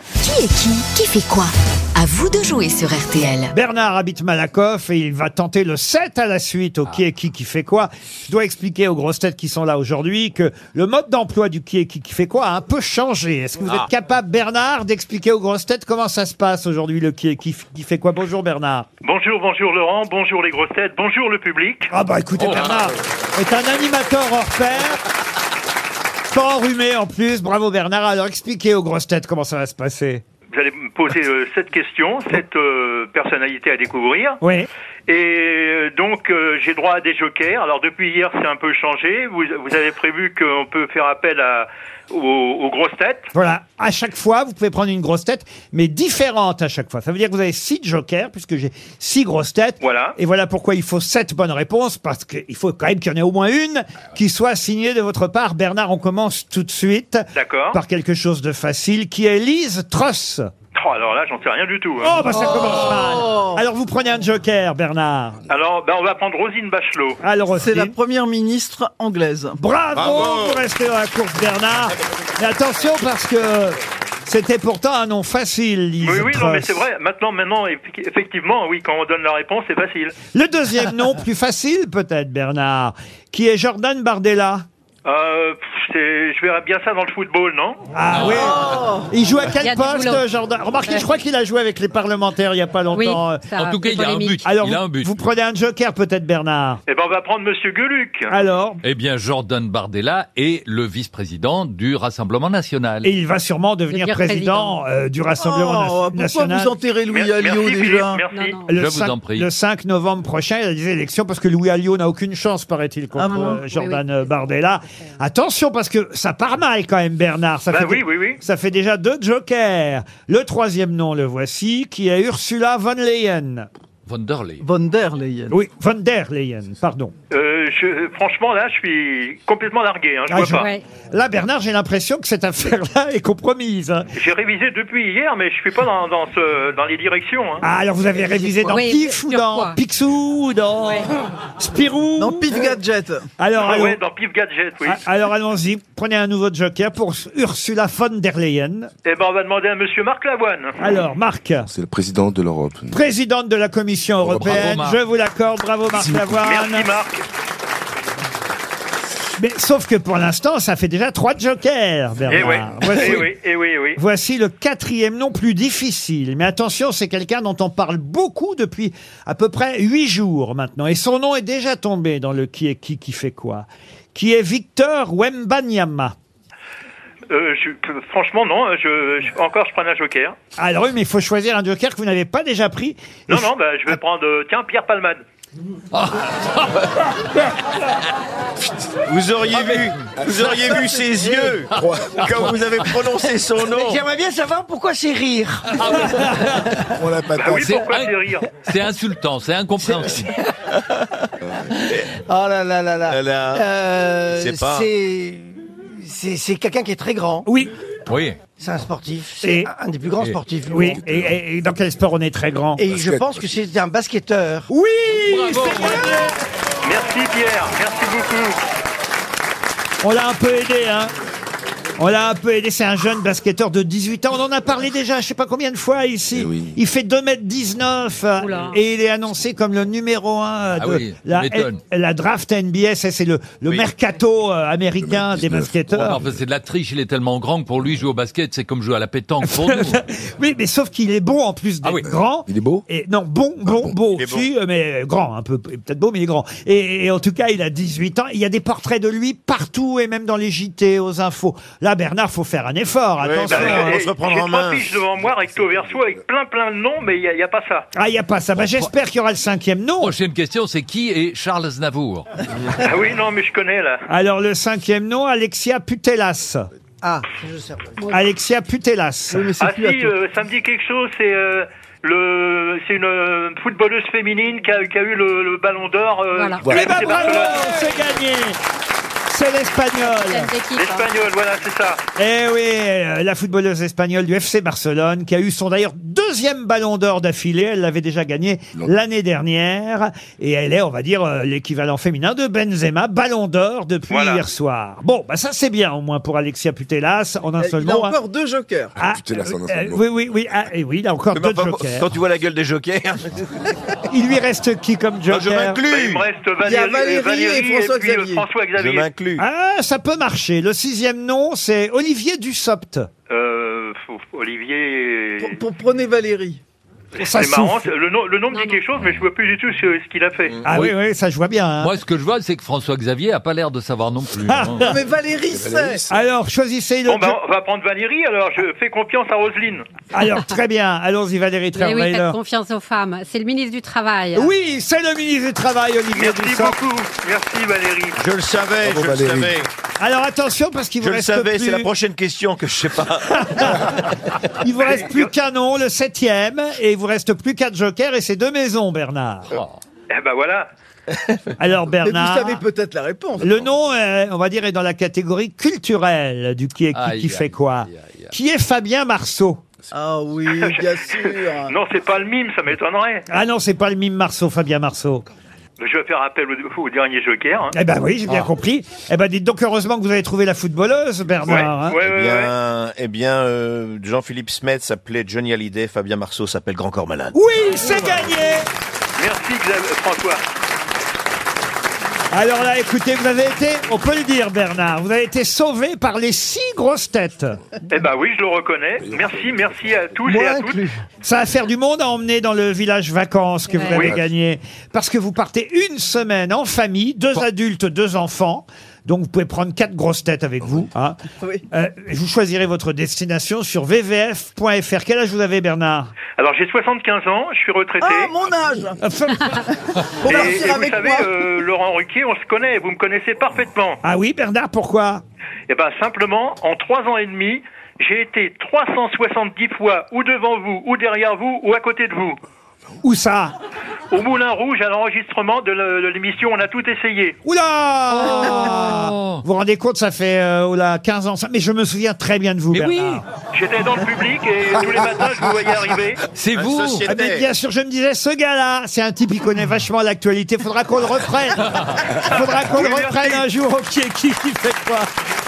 est qui Qui fait quoi À vous de jouer sur RTL. Bernard habite Malakoff et il va tenter le 7 à la suite au qui est qui qui fait quoi. Je dois expliquer aux grosses têtes qui sont là aujourd'hui que le mode d'emploi du qui est qui qui fait quoi a un peu changé. Est-ce que vous êtes capable, Bernard, d'expliquer aux grosses têtes comment ça se passe aujourd'hui le qui est qui qui fait quoi Bonjour Bernard. Bonjour, bonjour Laurent, bonjour les grosses têtes, bonjour le public. Ah bah écoutez, Bernard est un animateur hors pair. Pas enrhumé en plus. Bravo Bernard. Alors expliquez aux grosses têtes comment ça va se passer. Vous allez me poser euh, cette question, cette euh, personnalité à découvrir. Oui. Et euh, donc euh, j'ai droit à des jokers. Alors depuis hier c'est un peu changé. Vous, vous avez prévu qu'on peut faire appel à, aux, aux grosses têtes. Voilà, à chaque fois, vous pouvez prendre une grosse tête, mais différente à chaque fois. Ça veut dire que vous avez six jokers, puisque j'ai six grosses têtes. Voilà. Et voilà pourquoi il faut sept bonnes réponses, parce qu'il faut quand même qu'il y en ait au moins une qui soit signée de votre part. Bernard, on commence tout de suite. D'accord. Par quelque chose de facile, qui est Lise Tross. Oh, alors là j'en sais rien du tout. hein. Oh, bah ça commence mal. Alors vous prenez un joker, Bernard. Alors ben, on va prendre Rosine Bachelot. Alors, C'est la Roselyne. première ministre anglaise. Bravo, pour rester dans la course, Bernard. Mais attention, parce que c'était pourtant un nom facile, Lise Oui oui non mais Truss. c'est vrai. Maintenant maintenant effi- effectivement oui quand on donne la réponse c'est facile. Le deuxième nom, plus facile peut-être, Bernard, qui est Jordan Bardella. Euh, pff, c'est- je verrais bien ça dans le football non Ah oui Il joue à Il y a quel du boulot. poste, Jordan Remarquez, je crois qu'il a joué avec les parlementaires il n'y a pas Oui, longtemps. Euh, ça En tout cas, fait il a un polémique. but. Alors, il a un vous- but. vous prenez un joker peut-être, Bernard Eh ben on va prendre Monsieur Gueluc. Alors Eh bien, Jordan Bardella est le vice-président du Rassemblement national. Et il va sûrement devenir Devenir président, euh, du Rassemblement Oh, na- pourquoi National. vous enterrez Louis Mer- Alliot merci Philippe, déjà merci. Non, non. le, Je vous 5, en prie. le 5 novembre prochain, il y a des élections parce que Louis Alliot n'a aucune chance, paraît-il, contre Ah bon euh, Jordan Bardella. Attention parce que ça part mal quand même, Bernard. Ça Bah fait oui, dé- oui, oui. Ça fait déjà deux jokers. Le troisième nom, le voici, qui est Ursula von Leyen. Von der Leyen. Von der Leyen. Oui, von der Leyen, pardon. Euh, je, franchement, là, je suis complètement largué. Hein, je Ah, vois je- pas. Ouais. Là, Bernard, j'ai l'impression que cette affaire-là est compromise. hein. J'ai révisé depuis hier, mais je suis pas dans, dans, ce, dans les directions. Hein. Ah, alors vous avez révisé dans Oui, Pif sur ou dans quoi Picsou ou dans Spirou Non, Pif Gadget. Alors, Ah allons- ouais, dans Pif Gadget, oui. Ah, Alors allons-y, prenez un nouveau joker pour Ursula von der Leyen. Eh ben, on va demander à Monsieur Marc Lavoine. Alors Marc, C'est le président de l'Europe. présidente de la Commission européenne, Marc. je vous l'accorde, bravo Marc Lavoine. Merci Marc. Mais sauf que pour l'instant, ça fait déjà trois jokers, Eh oui, Bernard. Voici, eh oui, eh oui, eh oui. voici le quatrième nom plus difficile. Mais attention, c'est quelqu'un dont on parle beaucoup depuis à peu près huit jours maintenant. Et son nom est déjà tombé dans le qui est qui qui fait quoi. Qui est Victor Wembanyama. Euh, je- franchement, non. Je, je- encore, je prends un joker. Ah, Alors oui, mais il faut choisir un joker que vous n'avez pas déjà pris. Non, non, bah, je vais prendre. euh, tiens, Pierre Palmade. Vous auriez vu, vous auriez vu ses yeux quand vous avez prononcé son nom. J'aimerais bien savoir pourquoi c'est rire. On l'a pas Bah Ah, oui, C'est pourquoi un- c'est rire C'est insultant, c'est incompréhensible. Oh là là là là. Là, là. Euh, Je sais pas. c'est c'est c'est quelqu'un qui est très grand. Oui, Oui. C'est un sportif. C'est Et- un des plus grands et- sportifs. du Oui, monde. et, et- et dans quel sport on est très grand Et je pense que c'est un basketteur. Oui Merci Pierre, merci beaucoup. On l'a un peu aidé, hein on l'a un peu aidé, c'est un jeune basketteur de 18 ans, on en a parlé déjà je sais pas combien de fois ici. Eh oui. Il fait 2m19 euh, Oula. et il est annoncé comme le numéro 1 de Ah oui, la, tu m'étonnes. la draft NBA, ça, c'est le, le Oui. mercato euh, américain des 2m19. Non, basketteurs. parce que c'est de la triche, il est tellement grand que pour lui, jouer au basket, c'est comme jouer à la pétanque pour nous. oui, mais sauf qu'il est bon en plus d'être Ah oui. grand. Il est beau Ah, Et non, bon, bon, beau, Il est beau. si, euh, mais euh, grand, un peu, peut-être beau, mais il est grand. Et, et en tout cas, il a 18 ans. Il y a des portraits de lui partout et même dans les JT, aux infos. Là, Bernard, faut faire un effort. Oui, Attention. bah oui, hein. on Eh, se J'ai reprendra en trois main. fiches devant moi, recto verso, avec plein plein de noms, mais il n'y a, il y a pas ça. Ah, il n'y a pas ça. Bah, j'espère qu'il y aura le cinquième nom. Prochaine question, c'est qui est Charles Navour Ah oui, non, mais je connais là. Alors, le cinquième nom, Alexia Putellas. Ah, je sais. pas. Alexia Putellas. Oui, mais Ah c'est si, plus à toi. euh, ça me dit quelque chose, c'est euh, le, c'est une euh, footballeuse féminine qui a, qui a eu le, le ballon d'or. euh, Voilà. du Voilà. Eh ben, FC bravo, Barcelone. c'est gagné. C'est Ça l'espagnol. me déquipe, hein. L'espagnol, voilà, c'est ça. Eh oui, euh, la footballeuse espagnole du FC Barcelone qui a eu son d'ailleurs deuxième ballon d'or d'affilée. Elle l'avait déjà gagné l'année dernière. Et elle est, on va dire, euh, l'équivalent féminin de Benzema, ballon d'or depuis Voilà. hier soir. Bon, bah ça c'est bien au moins pour Alexia Putellas en un Euh, Il seul a mot. hein. encore deux jokers. Ah, Putellas en un euh, seul euh, mot. oui, oui, oui, ah, et oui, il a encore Mais deux enfin, jokers. Quand tu vois la gueule des jokers, Il lui reste qui comme Bah, je joker Bah, il m'inclus me reste Il y a Valérie, Valérie et François puis, euh, Xavier. François Je Xavier. m'inclus. Ah, ça peut marcher. Le sixième nom, c'est Olivier Dussopt. Euh, faut- Olivier. Pour, pour- prenez Valérie. ça C'est marrant, souffle. c'est- le nom, le nom me dit quelque chose, mais je vois plus du tout ce, ce qu'il a fait. Mm. Ah oui, Oui. oui, ça je vois bien. hein. Moi, ce que je vois, c'est que François Xavier a pas l'air de savoir non plus. hein. Non, mais Valérie, c'est. Alors, choisissez le... Bon, bah, on va prendre Valérie, alors je fais confiance à Roselyne. Alors, très bien. Allons-y, Valérie Mais oui, Trierweiler. faites confiance aux femmes. C'est le ministre du Travail. hein. Oui, c'est le ministre du Travail, Olivier Merci Dussopt. beaucoup. Merci Valérie. Je le savais, Bravo, je Valérie. le savais. Alors, attention, parce qu'il vous Je le reste savais, plus... c'est la prochaine question que je sais pas. Il vous reste plus qu'un nom, le septième, et il vous reste plus quatre jokers, et c'est deux maisons, Bernard. Eh ben voilà. Alors, Mais vous Bernard... savez peut-être la réponse. Le nom, euh, on va dire, est dans la catégorie culturelle du qui est qui, Aïe, qui aïe, fait quoi. aïe, aïe, aïe. Qui est Fabien Marceau Ah oui, bien sûr. Non, c'est pas le mime, ça m'étonnerait. Ah non, c'est pas le mime Marceau, Fabien Marceau. Je vais faire appel au, au dernier joker. hein. Eh ben oui, j'ai bien compris. Eh ben dites donc heureusement que vous avez trouvé la footballeuse, Ouais, Bernard. hein. ouais, Eh ouais, ouais. bien, eh bien euh, Jean-Philippe Smet s'appelait Johnny Hallyday, Fabien Marceau s'appelle Grand Corps Malade. Oui, c'est gagné Merci Xavier- François. Alors là, écoutez, vous avez été, on peut le dire, Bernard, vous avez été sauvé par les six grosses têtes. Eh ben oui, je le reconnais. Merci, merci à tous et à toutes. Ça va faire du monde à emmener dans le village vacances que vous Ouais. avez Oui. gagné. Parce que vous partez une semaine en famille, deux adultes, deux enfants. Donc vous pouvez prendre quatre grosses têtes avec vous. hein. Oui. Euh, et vous choisirez votre destination sur vvf.fr. Quel âge vous avez, Bernard Alors j'ai 75 ans, je suis retraité. Ah, mon âge Pour et, et partir vous avec savez, moi. euh, Laurent Ruquier, on se connaît, vous me connaissez parfaitement. Ah oui, Bernard, pourquoi Eh ben simplement, en trois ans et demi, j'ai été 370 fois ou devant vous, ou derrière vous, ou à côté de vous. Où ça Au Moulin Rouge, à l'enregistrement de le- de l'émission, on a tout essayé. Oula Oh. Vous vous rendez compte, ça fait euh, oh là, 15 ans. ça- Mais je me souviens très bien de vous, Mais oui. Bernard. J'étais dans le public et tous les matins, je vous voyais arriver. C'est vous société. Ah, mais bien sûr, je me disais, ce gars-là, c'est un type qui connaît vachement l'actualité. Faudra qu'on le reprenne. Faudra qu'on le Oui, merci. reprenne un jour au qui est qui, qui fait quoi.